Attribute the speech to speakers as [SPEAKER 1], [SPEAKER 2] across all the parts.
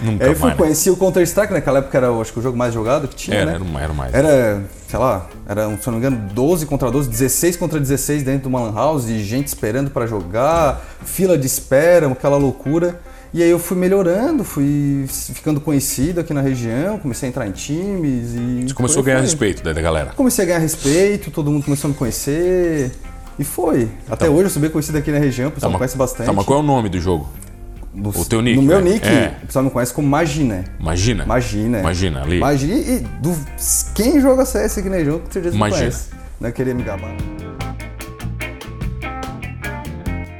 [SPEAKER 1] Nunca
[SPEAKER 2] Aí eu
[SPEAKER 1] mais,
[SPEAKER 2] fui,
[SPEAKER 1] né?
[SPEAKER 2] conheci o Counter-Strike, naquela época era acho que o jogo mais jogado que tinha,
[SPEAKER 1] Era,
[SPEAKER 2] né?
[SPEAKER 1] era mais, era um mais.
[SPEAKER 2] Era, sei lá, era, um, se eu não me engano, 12 contra 12, 16 contra 16 dentro de uma lan house, e gente esperando pra jogar, fila de espera, aquela loucura. E aí eu fui melhorando, fui ficando conhecido aqui na região, comecei a entrar em times e...
[SPEAKER 1] Você começou a ganhar respeito da da galera.
[SPEAKER 2] Comecei a ganhar respeito, todo mundo começou a me conhecer e foi. Até hoje eu sou bem conhecido aqui na região, o pessoal me
[SPEAKER 1] mas-
[SPEAKER 2] conhece bastante.
[SPEAKER 1] Então. Tá, mas qual é o nome do jogo?
[SPEAKER 2] No-
[SPEAKER 1] o teu nick,
[SPEAKER 2] No meu
[SPEAKER 1] né?
[SPEAKER 2] nick,
[SPEAKER 1] É.
[SPEAKER 2] o pessoal me conhece como Magina.
[SPEAKER 1] Imagina.
[SPEAKER 2] Imagina. é.
[SPEAKER 1] Imagina ali.
[SPEAKER 2] Imagina. E do, quem joga CS aqui na região, com certeza não
[SPEAKER 1] Imagina.
[SPEAKER 2] conhece. Não é querer me gabar.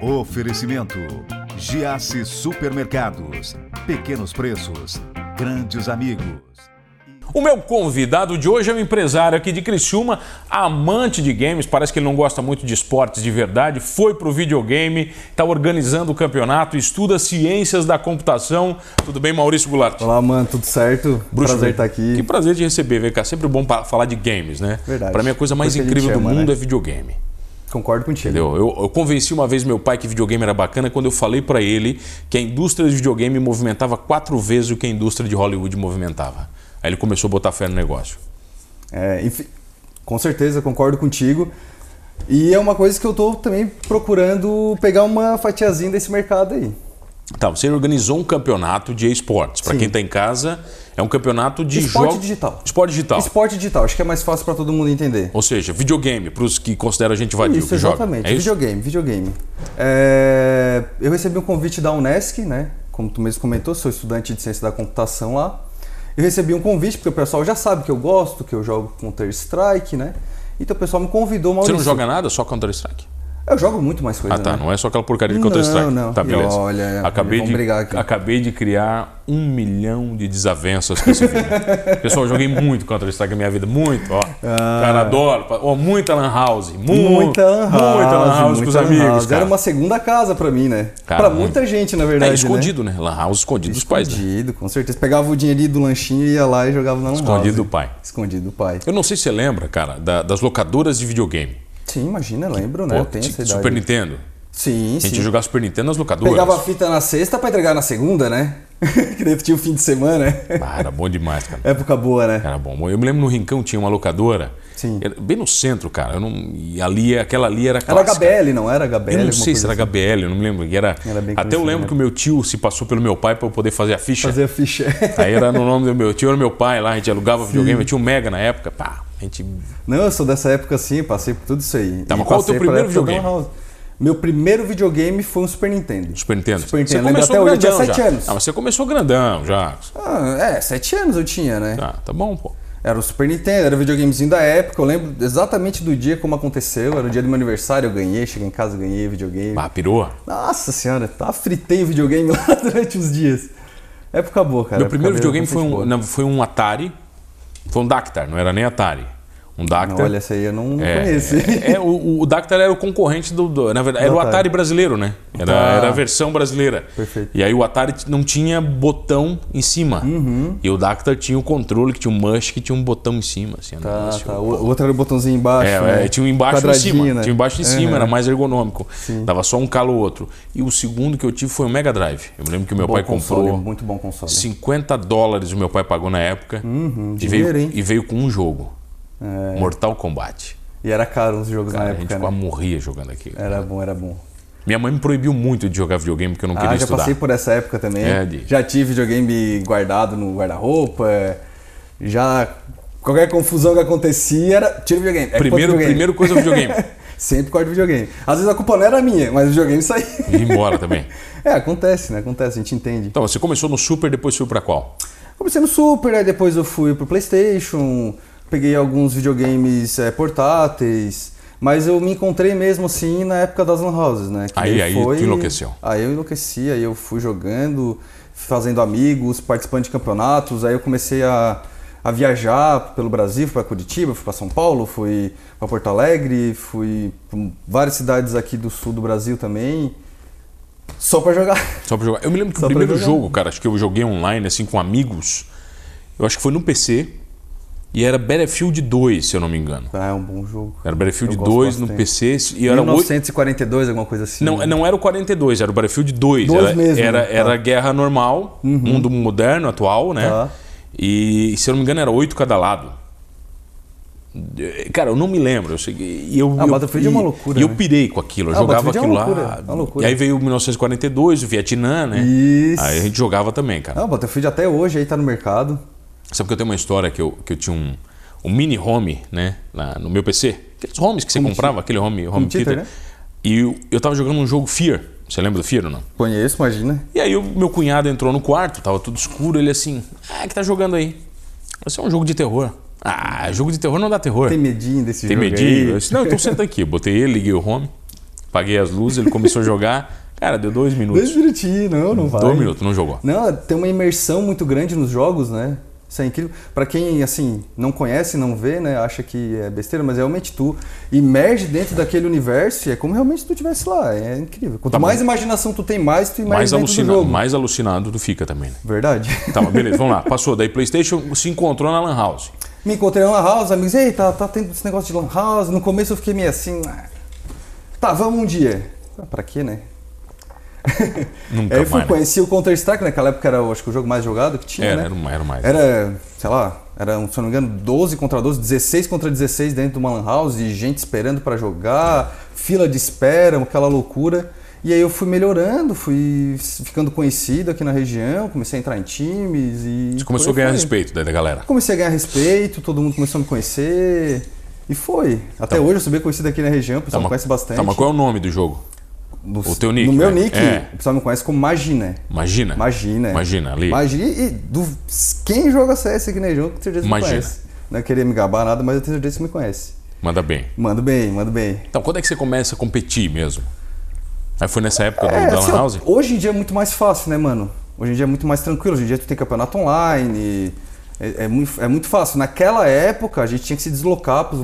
[SPEAKER 3] Oferecimento: Giasse Supermercados. Pequenos preços, grandes amigos.
[SPEAKER 1] O meu convidado de hoje é um empresário aqui de Criciúma, amante de games, parece que ele não gosta muito de esportes de verdade, foi pro videogame, está organizando o campeonato, estuda ciências da computação. Tudo bem, Maurício Goulart?
[SPEAKER 2] Olá, mano, tudo certo?
[SPEAKER 1] Bruxo,
[SPEAKER 2] Prazer
[SPEAKER 1] velho.
[SPEAKER 2] estar tá aqui.
[SPEAKER 1] Que prazer de receber, vem cá. Sempre bom pa- falar de games, né?
[SPEAKER 2] Verdade.
[SPEAKER 1] Pra mim a coisa mais
[SPEAKER 2] Porque a gente
[SPEAKER 1] incrível do
[SPEAKER 2] ama,
[SPEAKER 1] mundo
[SPEAKER 2] né?
[SPEAKER 1] é videogame.
[SPEAKER 2] Concordo contigo.
[SPEAKER 1] Entendeu? Eu, eu convenci uma vez meu pai que videogame era bacana quando eu falei pra ele que a indústria de videogame movimentava quatro vezes o que a indústria de Hollywood movimentava. Aí ele começou a botar fé no negócio.
[SPEAKER 2] É, enfim, com certeza, concordo contigo. E é uma coisa que eu tô também procurando pegar uma fatiazinha desse mercado aí.
[SPEAKER 1] Tá, você organizou um campeonato de esportes. Pra
[SPEAKER 2] Sim.
[SPEAKER 1] quem tá em casa, é um campeonato de
[SPEAKER 2] Esporte
[SPEAKER 1] jogo-
[SPEAKER 2] digital.
[SPEAKER 1] Esporte digital.
[SPEAKER 2] Esporte digital, acho que é mais fácil para todo mundo entender.
[SPEAKER 1] Ou seja, videogame, pros que consideram a gente vadio.
[SPEAKER 2] Isso,
[SPEAKER 1] que joga.
[SPEAKER 2] exatamente.
[SPEAKER 1] É isso?
[SPEAKER 2] Videogame, videogame. É, Eu recebi um convite da Unesc, né? Como tu mesmo comentou, sou estudante de ciência da computação lá. Eu recebi um convite, porque o pessoal já sabe que eu gosto, que eu jogo Counter-Strike, né? Então o pessoal me convidou,
[SPEAKER 1] Você
[SPEAKER 2] Maurício.
[SPEAKER 1] não joga nada, só Counter-Strike?
[SPEAKER 2] Eu jogo muito mais coisa,
[SPEAKER 1] Ah, tá.
[SPEAKER 2] né?
[SPEAKER 1] Não é só aquela porcaria de Counter-Strike.
[SPEAKER 2] Não, não.
[SPEAKER 1] Tá, beleza.
[SPEAKER 2] E olha, é,
[SPEAKER 1] acabei
[SPEAKER 2] vamos
[SPEAKER 1] de,
[SPEAKER 2] brigar aqui.
[SPEAKER 1] acabei de criar um milhão de desavenças com esse vídeo. Pessoal, eu joguei muito Counter-Strike na minha vida. Muito, ó. Cara, adoro. Ó, muita Lan House. mu-
[SPEAKER 2] Ah. Muita lan house,
[SPEAKER 1] Muita Lan House com os
[SPEAKER 2] muita lan
[SPEAKER 1] amigos.
[SPEAKER 2] house.
[SPEAKER 1] cara. É,
[SPEAKER 2] Era uma segunda casa pra mim, né?
[SPEAKER 1] Cara,
[SPEAKER 2] pra
[SPEAKER 1] muito.
[SPEAKER 2] muita gente, na
[SPEAKER 1] É,
[SPEAKER 2] verdade.
[SPEAKER 1] escondido, né? Lan House escondido,
[SPEAKER 2] né?
[SPEAKER 1] dos pais. Né?
[SPEAKER 2] Escondido, com certeza. Pegava o dinheirinho do lanchinho e ia lá e jogava na lan house.
[SPEAKER 1] Escondido do pai.
[SPEAKER 2] Escondido do pai.
[SPEAKER 1] Eu não sei se você lembra, cara, da- das locadoras de videogame.
[SPEAKER 2] Sim, imagina, lembro, né?
[SPEAKER 1] Pô,
[SPEAKER 2] eu tenho
[SPEAKER 1] ti-
[SPEAKER 2] essa idade.
[SPEAKER 1] Super Nintendo.
[SPEAKER 2] Sim,
[SPEAKER 1] A gente
[SPEAKER 2] sim.
[SPEAKER 1] ia jogar Super Nintendo nas locadoras.
[SPEAKER 2] Pegava a fita na sexta pra entregar na segunda, né? que daí tu tinha o fim de semana, né?
[SPEAKER 1] Ah, era bom demais, cara.
[SPEAKER 2] Época boa, né?
[SPEAKER 1] Era bom. Eu me lembro no Rincão tinha uma locadora.
[SPEAKER 2] Sim.
[SPEAKER 1] Era bem no centro, cara. Eu não- e ali, aquela ali era
[SPEAKER 2] Era
[SPEAKER 1] clássica.
[SPEAKER 2] HBL, não era HBL?
[SPEAKER 1] Eu não
[SPEAKER 2] alguma
[SPEAKER 1] sei se
[SPEAKER 2] coisa assim,
[SPEAKER 1] era HBL, eu não me lembro. E Era,
[SPEAKER 2] Era bem
[SPEAKER 1] Até eu
[SPEAKER 2] conhecido,
[SPEAKER 1] lembro
[SPEAKER 2] né?
[SPEAKER 1] que o meu tio se passou pelo meu pai para eu poder fazer a ficha.
[SPEAKER 2] Fazer a ficha.
[SPEAKER 1] Aí era no nome do meu tio, era meu pai lá, a gente alugava videogame, eu tinha um Mega na época. Pá, a gente.
[SPEAKER 2] não, eu sou dessa época assim, passei por tudo isso aí.
[SPEAKER 1] Tá,
[SPEAKER 2] E
[SPEAKER 1] mas qual é o teu
[SPEAKER 2] passei
[SPEAKER 1] primeiro
[SPEAKER 2] pra época da
[SPEAKER 1] videogame?
[SPEAKER 2] Lan House. Meu primeiro videogame foi um Super Nintendo.
[SPEAKER 1] Super Nintendo.
[SPEAKER 2] Super Nintendo.
[SPEAKER 1] Você
[SPEAKER 2] Lembro
[SPEAKER 1] começou
[SPEAKER 2] até hoje, eu tinha
[SPEAKER 1] grandão
[SPEAKER 2] sete
[SPEAKER 1] já.
[SPEAKER 2] anos.
[SPEAKER 1] Ah, mas você começou grandão já.
[SPEAKER 2] Ah, é, sete anos eu tinha, né?
[SPEAKER 1] Tá, tá bom, pô.
[SPEAKER 2] Era o Super Nintendo, era o videogamezinho da época. Eu lembro exatamente do dia como aconteceu. Era o dia do meu aniversário, eu ganhei, cheguei em casa, ganhei videogame.
[SPEAKER 1] Ah, pirou.
[SPEAKER 2] Nossa senhora, tá fritei o videogame lá durante os dias. Época boa, cara. é
[SPEAKER 1] Meu
[SPEAKER 2] época
[SPEAKER 1] primeiro
[SPEAKER 2] mesmo,
[SPEAKER 1] videogame foi
[SPEAKER 2] bastante
[SPEAKER 1] um,
[SPEAKER 2] boa.
[SPEAKER 1] não, foi um Atari. Foi um Dactar, não era nem Atari. Um Dactar.
[SPEAKER 2] Olha, essa aí eu não
[SPEAKER 1] É,
[SPEAKER 2] conheço.
[SPEAKER 1] é, é, o, o Dactar era o concorrente do. do- na verdade, era
[SPEAKER 2] Do
[SPEAKER 1] o Atari,
[SPEAKER 2] Atari.
[SPEAKER 1] brasileiro, né? Era,
[SPEAKER 2] Tá.
[SPEAKER 1] era a versão brasileira.
[SPEAKER 2] Perfeito.
[SPEAKER 1] E aí o Atari t- não tinha botão em cima.
[SPEAKER 2] Uhum.
[SPEAKER 1] E o Dactar tinha o controle, que tinha um mush, que tinha um botão em cima. Assim, era um
[SPEAKER 2] Ah,
[SPEAKER 1] negócio-
[SPEAKER 2] tá. O o outro era o botãozinho embaixo.
[SPEAKER 1] É,
[SPEAKER 2] né?
[SPEAKER 1] é, tinha um embaixo e em
[SPEAKER 2] Quadradinho,
[SPEAKER 1] cima.
[SPEAKER 2] né?
[SPEAKER 1] Tinha um embaixo e em cima,
[SPEAKER 2] Aham.
[SPEAKER 1] era mais ergonômico. Dava só um calo ou outro. E o segundo que eu tive foi o Mega Drive. Eu me lembro que o meu
[SPEAKER 2] Bom
[SPEAKER 1] pai
[SPEAKER 2] console,
[SPEAKER 1] comprou.
[SPEAKER 2] Muito bom né? console.
[SPEAKER 1] 50 dólares o meu pai pagou na época. e,
[SPEAKER 2] dinheiro,
[SPEAKER 1] veio,
[SPEAKER 2] hein? É.
[SPEAKER 1] e veio com um jogo. Mortal Kombat.
[SPEAKER 2] E era caro uns jogos
[SPEAKER 1] Cara,
[SPEAKER 2] na
[SPEAKER 1] a gente
[SPEAKER 2] época, né? É.
[SPEAKER 1] quase morria jogando aqui.
[SPEAKER 2] Era bom, era bom.
[SPEAKER 1] Minha mãe me proibiu muito de jogar videogame porque eu não
[SPEAKER 2] Ah,
[SPEAKER 1] queria
[SPEAKER 2] já
[SPEAKER 1] estudar.
[SPEAKER 2] passei por essa época também.
[SPEAKER 1] É, de-
[SPEAKER 2] Já tive videogame guardado no guarda-roupa. é, Já. Qualquer confusão que acontecia era. Tira o videogame. É
[SPEAKER 1] Primeiro,
[SPEAKER 2] contra o videogame.
[SPEAKER 1] primeira coisa, videogame.
[SPEAKER 2] Sempre corta o videogame. Às vezes a culpa não era minha, mas o videogame saía.
[SPEAKER 1] e ir embora também.
[SPEAKER 2] É, acontece, né? Acontece, a gente entende.
[SPEAKER 1] Então, você começou no Super, depois foi pra qual?
[SPEAKER 2] Comecei no Super, aí depois eu fui pro PlayStation, peguei alguns videogames eh, portáteis, mas eu me encontrei mesmo assim na época das Lan Houses, né? Que
[SPEAKER 1] Aí-
[SPEAKER 2] daí
[SPEAKER 1] aí tu enlouqueceu.
[SPEAKER 2] Aí eu enlouqueci, aí eu fui jogando, fazendo amigos, participando de campeonatos, aí eu comecei a, a viajar pelo Brasil, fui pra Curitiba, fui pra São Paulo, fui pra Porto Alegre, fui pra várias cidades aqui do sul do Brasil também, só pra jogar.
[SPEAKER 1] Só pra jogar. Eu me lembro que
[SPEAKER 2] Só
[SPEAKER 1] o
[SPEAKER 2] pra
[SPEAKER 1] primeiro
[SPEAKER 2] jogar.
[SPEAKER 1] jogo, cara, acho que eu joguei online, assim, com amigos. Eu acho que foi no PC. e era Battlefield 2, se eu não me engano.
[SPEAKER 2] Ah, é um bom jogo.
[SPEAKER 1] Era Battlefield
[SPEAKER 2] Eu gosto
[SPEAKER 1] 2 no
[SPEAKER 2] bastante.
[SPEAKER 1] PC e era 8...
[SPEAKER 2] 1942, alguma coisa assim.
[SPEAKER 1] Não,
[SPEAKER 2] né?
[SPEAKER 1] não era o 42, era o Battlefield 2.
[SPEAKER 2] Dois
[SPEAKER 1] era,
[SPEAKER 2] mesmo,
[SPEAKER 1] era,
[SPEAKER 2] tá. Uhum.
[SPEAKER 1] era guerra normal, mundo moderno, atual, né?
[SPEAKER 2] Tá.
[SPEAKER 1] E, se eu não me engano, era oito cada lado. Eh, Cara, eu não me lembro. Eu cheguei, e eu,
[SPEAKER 2] Ah,
[SPEAKER 1] eu-
[SPEAKER 2] Battlefield é
[SPEAKER 1] e-
[SPEAKER 2] uma loucura,
[SPEAKER 1] E eu
[SPEAKER 2] né?
[SPEAKER 1] pirei com aquilo. Eu
[SPEAKER 2] Ah,
[SPEAKER 1] jogava
[SPEAKER 2] Battlefield é uma
[SPEAKER 1] aquilo lá.
[SPEAKER 2] loucura, é uma loucura.
[SPEAKER 1] E aí veio 1942, o Vietnã, né?
[SPEAKER 2] Isso.
[SPEAKER 1] Aí a gente jogava também, cara.
[SPEAKER 2] Ah, o Battlefield até hoje aí tá no mercado.
[SPEAKER 1] Sabe que eu tenho uma história que eu, que eu tinha um, um mini home, né? lá no meu PC. Aqueles homes que você comprava, aquele home, home
[SPEAKER 2] theater,
[SPEAKER 1] theater. E eu, eu tava jogando um jogo Fear. Você lembra do Fear ou não?
[SPEAKER 2] Conheço, imagina.
[SPEAKER 1] E aí o meu cunhado entrou no quarto, tava tudo escuro, ele assim, ah, que tá jogando aí? Isso é um jogo de terror. Ah, jogo de terror não dá terror.
[SPEAKER 2] Tem medinho desse
[SPEAKER 1] Tem
[SPEAKER 2] jogo.
[SPEAKER 1] medinho. Eu
[SPEAKER 2] aí.
[SPEAKER 1] disse, não, então senta aqui. Eu Botei ele, liguei o home, apaguei as luzes, ele começou a jogar. Cara, deu dois minutos.
[SPEAKER 2] Dois minutinhos, não, não vai.
[SPEAKER 1] Dois minutos, não jogou.
[SPEAKER 2] Não, tem uma imersão muito grande nos jogos, né? Isso é incrível. Pra quem, assim, não conhece, não vê, né? Acha que é besteira, mas realmente tu imerge dentro daquele universo e é como realmente tu estivesse lá. É incrível. Quanto
[SPEAKER 1] Tá bom.
[SPEAKER 2] mais imaginação tu tem, mais tu
[SPEAKER 1] Mais
[SPEAKER 2] imerge dentro do
[SPEAKER 1] alucinado,
[SPEAKER 2] jogo.
[SPEAKER 1] mais alucinado tu fica também, né?
[SPEAKER 2] Verdade.
[SPEAKER 1] Tá, mas beleza, vamos lá. Passou. Daí Playstation se encontrou na Lan House.
[SPEAKER 2] Me encontrei na Lan House, amigos, ei, tá, tá tendo esse negócio de Lan House. No começo eu fiquei meio assim. "Ah, Tá, vamos um dia. Ah, pra quê, né?
[SPEAKER 1] Nunca
[SPEAKER 2] Aí eu fui
[SPEAKER 1] mais, né?
[SPEAKER 2] conheci o Counter-Strike, naquela época era eu acho que o jogo mais jogado que tinha.
[SPEAKER 1] Era,
[SPEAKER 2] né?
[SPEAKER 1] era o- era o mais.
[SPEAKER 2] Era, sei lá, era, um, se eu não me engano, 12 contra 12, 16 contra 16 dentro de uma Lan House, e gente esperando pra jogar, fila de espera, aquela loucura. E aí eu fui melhorando, fui ficando conhecido aqui na região, comecei a entrar em times e.
[SPEAKER 1] Você começou a
[SPEAKER 2] por aí
[SPEAKER 1] ganhar
[SPEAKER 2] foi.
[SPEAKER 1] respeito daí da galera.
[SPEAKER 2] Comecei a ganhar respeito, todo mundo começou a me conhecer. E foi. Até hoje eu sou bem conhecido aqui na região, o pessoal me
[SPEAKER 1] mas-
[SPEAKER 2] conhece bastante.
[SPEAKER 1] Tá, mas qual é o nome do jogo?
[SPEAKER 2] no,
[SPEAKER 1] o teu nick,
[SPEAKER 2] No meu
[SPEAKER 1] né?
[SPEAKER 2] nick,
[SPEAKER 1] É.
[SPEAKER 2] o pessoal me conhece como Magina.
[SPEAKER 1] Imagina.
[SPEAKER 2] Imagina. é.
[SPEAKER 1] Imagina, ali.
[SPEAKER 2] Imagina. E do, quem joga CS aqui na região, com certeza
[SPEAKER 1] Imagina.
[SPEAKER 2] me conhece. Não queria me gabar nada, mas eu tenho certeza que me conhece.
[SPEAKER 1] Manda bem.
[SPEAKER 2] Mando bem, mando bem.
[SPEAKER 1] Então, quando é que você começa a competir mesmo? Aí foi nessa época do-
[SPEAKER 2] É,
[SPEAKER 1] da
[SPEAKER 2] assim,
[SPEAKER 1] Lan House?
[SPEAKER 2] hoje em dia é muito mais fácil, né, mano? Hoje em dia é muito mais tranquilo. Hoje em dia tu tem campeonato online. É, é muito, é muito fácil. Naquela época a gente tinha que se deslocar para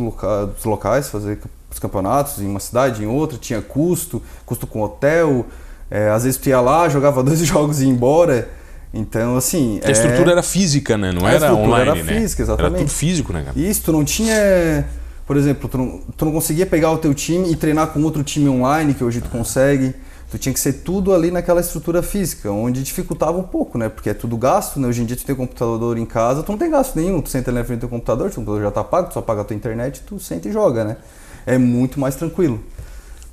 [SPEAKER 2] os locais, fazer os campeonatos em uma cidade, em outra. Tinha custo, custo com hotel. É, às vezes tu ia lá, jogava dois jogos e ia embora. Então, assim.
[SPEAKER 1] Porque A estrutura era física, né? Não
[SPEAKER 2] A
[SPEAKER 1] era
[SPEAKER 2] estrutura
[SPEAKER 1] online,
[SPEAKER 2] era
[SPEAKER 1] né?
[SPEAKER 2] física,
[SPEAKER 1] Era
[SPEAKER 2] exatamente.
[SPEAKER 1] tudo físico, né, cara?
[SPEAKER 2] Isso, tu não tinha. Por exemplo, tu não, tu não conseguia pegar o teu time e treinar com outro time online, que hoje tu consegue. Tu tinha que ser tudo ali naquela estrutura física, onde dificultava um pouco, né? Porque é tudo gasto, né? Hoje em dia tu tem computador em casa, tu não tem gasto nenhum. Tu senta ali na frente do teu computador, teu computador já tá pago, tu só paga a tua internet, tu senta e joga, né? É muito mais tranquilo.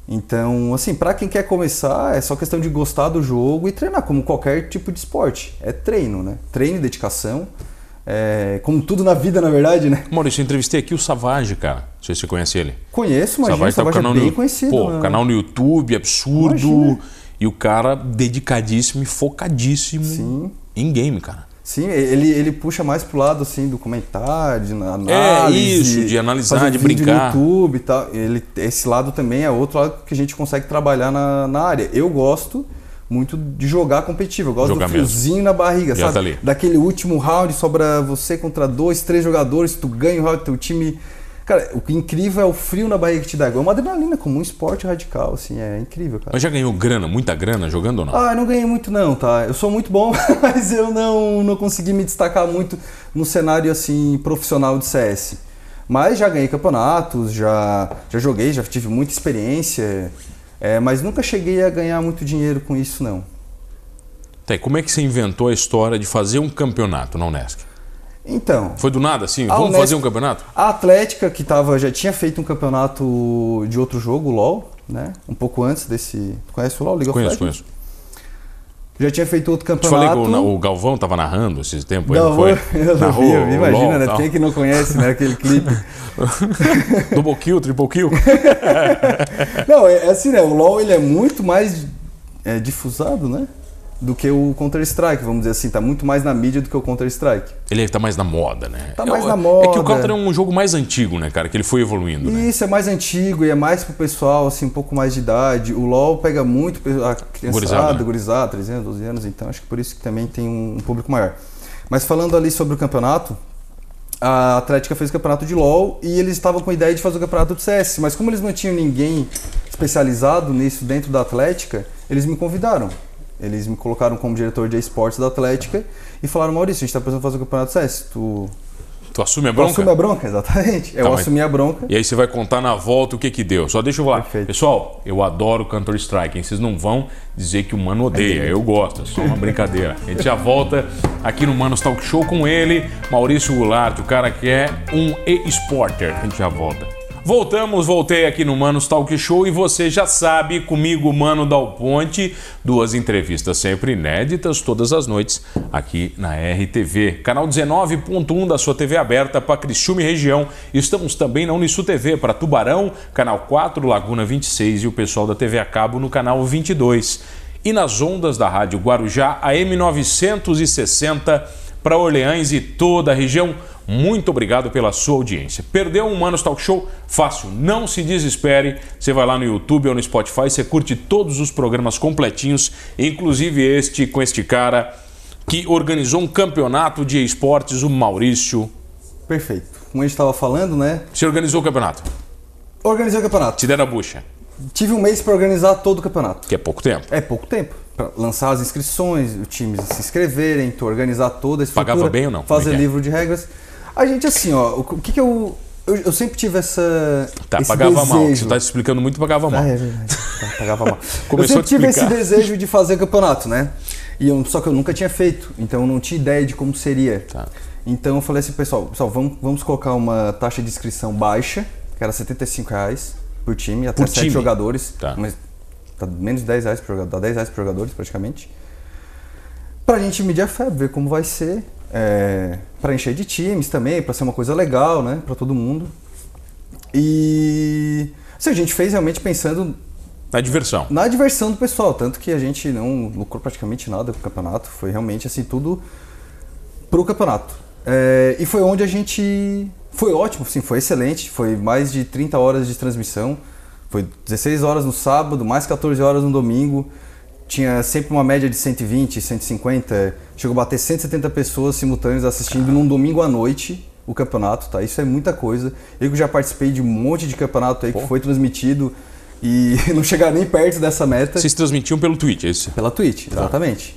[SPEAKER 2] Então, assim, pra quem quer começar, é só questão de gostar do jogo e treinar, como qualquer tipo de esporte. É treino, né? Treino e dedicação. É, como tudo na vida, na verdade, né?
[SPEAKER 1] Maurício, eu entrevistei aqui o Savage, cara. Não sei se você conhece ele.
[SPEAKER 2] Conheço, imagina, Savage,
[SPEAKER 1] Savage tá com o canal
[SPEAKER 2] é bem
[SPEAKER 1] no...
[SPEAKER 2] conhecido.
[SPEAKER 1] Pô,
[SPEAKER 2] né?
[SPEAKER 1] canal no YouTube, absurdo.
[SPEAKER 2] Imagina.
[SPEAKER 1] E o cara dedicadíssimo e focadíssimo
[SPEAKER 2] Sim.
[SPEAKER 1] em game, cara.
[SPEAKER 2] Sim, ele, ele puxa mais pro lado, assim, do comentário, de na-
[SPEAKER 1] É,
[SPEAKER 2] análise.
[SPEAKER 1] isso, de analisar,
[SPEAKER 2] fazer
[SPEAKER 1] de
[SPEAKER 2] vídeo
[SPEAKER 1] brincar.
[SPEAKER 2] No YouTube e tal. Ele, esse lado também é outro lado que a gente consegue trabalhar na, na área. Eu gosto muito de jogar competitivo. Eu gosto
[SPEAKER 1] Jogar
[SPEAKER 2] do
[SPEAKER 1] mesmo.
[SPEAKER 2] friozinho na barriga,
[SPEAKER 1] Já
[SPEAKER 2] sabe?
[SPEAKER 1] tá ali.
[SPEAKER 2] Daquele último round, sobra você contra dois, três jogadores, tu ganha o round, teu time... Cara, o que é incrível é o frio na barriga que te dá. É uma adrenalina, como um esporte radical, assim, é incrível, cara.
[SPEAKER 1] Mas já ganhou grana, muita grana jogando ou não?
[SPEAKER 2] Ah, eu não ganhei muito não, tá? Eu sou muito bom, mas eu não, não consegui me destacar muito no cenário assim profissional de CS. Mas já ganhei campeonatos, já, já joguei, já tive muita experiência, é, mas nunca cheguei a ganhar muito dinheiro com isso não.
[SPEAKER 1] Tá, e como é que você inventou a história de fazer um campeonato na Unesc?
[SPEAKER 2] Então,
[SPEAKER 1] Foi do nada, assim?
[SPEAKER 2] A
[SPEAKER 1] Vamos
[SPEAKER 2] Unesc-
[SPEAKER 1] fazer um campeonato?
[SPEAKER 2] A Atlética, que tava, já tinha feito um campeonato de outro jogo, LoL, né? Um pouco antes desse... Tu conhece o LoL, League of
[SPEAKER 1] Conheço,
[SPEAKER 2] Legends?
[SPEAKER 1] conheço.
[SPEAKER 2] Já tinha feito outro
[SPEAKER 1] Te
[SPEAKER 2] campeonato...
[SPEAKER 1] falei que o, na- o Galvão tava narrando esses tempos, aí,
[SPEAKER 2] Não,
[SPEAKER 1] não foi?
[SPEAKER 2] eu não vi, eu vi, imagina, né?
[SPEAKER 1] tá.
[SPEAKER 2] Quem é que não conhece, né? Aquele clipe.
[SPEAKER 1] que... Double kill, triple kill.
[SPEAKER 2] Não, é é assim, né? O LoL ele é muito mais é, difusado, né? Do que o Counter-Strike, vamos dizer assim. Tá muito mais na mídia do que o Counter-Strike.
[SPEAKER 1] Ele tá mais na moda, né?
[SPEAKER 2] Tá mais
[SPEAKER 1] É,
[SPEAKER 2] na
[SPEAKER 1] É que o
[SPEAKER 2] moda.
[SPEAKER 1] Counter é um jogo mais antigo, né, cara? Que ele foi evoluindo, né?
[SPEAKER 2] E isso é mais antigo e é mais pro pessoal, assim, um pouco mais de idade. O LoL pega muito pe- a
[SPEAKER 1] Gurizada,
[SPEAKER 2] criançada,
[SPEAKER 1] né?
[SPEAKER 2] gurizada, 13 anos, 12 anos, então acho que por isso que também tem um, um público maior. Mas falando ali sobre o campeonato, a Atlética fez o campeonato de LoL e eles estavam com a ideia de fazer o campeonato de CS, mas como eles não tinham ninguém especializado nisso dentro da Atlética, eles me convidaram. Eles me colocaram como diretor de esportes da Atlética e falaram, Maurício, a gente tá precisando fazer o campeonato de CS, tu
[SPEAKER 1] Tu assume a
[SPEAKER 2] Eu
[SPEAKER 1] bronca?
[SPEAKER 2] assumi a bronca, exatamente. Eu
[SPEAKER 1] Tá, mas-
[SPEAKER 2] assumi a bronca.
[SPEAKER 1] E aí você vai contar na volta o que que deu. Só deixa eu falar.
[SPEAKER 2] Perfeito.
[SPEAKER 1] Pessoal, eu adoro Counter Strike. hein? Vocês não vão dizer que o Mano odeia. Eu gosto. É só uma brincadeira. A gente já volta aqui no Manos Talk Show com ele, Maurício Goulart, o cara que é um e-sporter. A gente já volta. Voltamos, voltei aqui no Manos Talk Show e você já sabe, comigo, Mano Dal Ponte, duas entrevistas sempre inéditas, todas as noites, aqui na RTV. Canal 19.1 da sua TV aberta para Criciúma e região. Estamos também na Unisu TV para Tubarão, canal 4, Laguna 26 e o pessoal da TV a cabo no canal 22 e nas ondas da Rádio Guarujá, AM 960, para Orleans e toda a região. Muito obrigado pela sua audiência. Perdeu um Manos Talk Show? Fácil, não se desespere. Você vai lá no YouTube ou no Spotify, você curte todos os programas completinhos, inclusive este com este cara que organizou um campeonato de esportes, o Maurício.
[SPEAKER 2] Perfeito. Como a gente estava falando, né?
[SPEAKER 1] Você organizou o campeonato,
[SPEAKER 2] Organizei o campeonato.
[SPEAKER 1] te deram a bucha,
[SPEAKER 2] Tive um mês para organizar todo o campeonato.
[SPEAKER 1] que é pouco tempo.
[SPEAKER 2] É pouco tempo. Pra lançar as inscrições, os times se inscreverem, tu organizar toda a estrutura.
[SPEAKER 1] Pagava bem ou não? Como é
[SPEAKER 2] Fazer
[SPEAKER 1] que é?
[SPEAKER 2] livro de regras. A gente, assim, ó, o que que eu... Eu, eu sempre tive essa.
[SPEAKER 1] Tá,
[SPEAKER 2] esse
[SPEAKER 1] pagava mal. Você
[SPEAKER 2] desejo.
[SPEAKER 1] está explicando muito, pagava mal.
[SPEAKER 2] Ah, é verdade. Tá, Pagava mal. eu
[SPEAKER 1] Começou a
[SPEAKER 2] sempre tive esse
[SPEAKER 1] explicar.
[SPEAKER 2] desejo de fazer campeonato, né? E eu- só que eu nunca tinha feito, então eu não tinha ideia de como seria.
[SPEAKER 1] Tá.
[SPEAKER 2] Então eu falei assim, pessoal, pessoal vamos, vamos colocar uma taxa de inscrição baixa, que era R$ 75 reais por time, até
[SPEAKER 1] Por
[SPEAKER 2] sete
[SPEAKER 1] time?
[SPEAKER 2] jogadores.
[SPEAKER 1] Tá.
[SPEAKER 2] Mas tá menos de 10 reais por jogador, dá 10 reais por jogadores praticamente. Pra gente medir a febre, ver como vai ser. É, pra encher de times também, pra ser uma coisa legal, né? Pra todo mundo. E. Assim, a gente fez realmente pensando
[SPEAKER 1] Na diversão.
[SPEAKER 2] na diversão do pessoal, tanto que a gente não lucrou praticamente nada com o campeonato, foi realmente assim tudo pro campeonato. É, e foi onde a gente foi ótimo, sim, foi excelente, foi mais de 30 horas de transmissão, foi 16 horas no sábado, mais 14 horas no domingo. Tinha sempre uma média de 120, 150, chegou a bater 170 pessoas simultâneas assistindo num domingo à noite o campeonato, tá? Isso é muita coisa. Eu que já participei de um monte de campeonato aí que foi transmitido e não chegar nem perto dessa meta
[SPEAKER 1] Vocês transmitiam pelo Twitch, é isso?
[SPEAKER 2] pela Twitch, exatamente.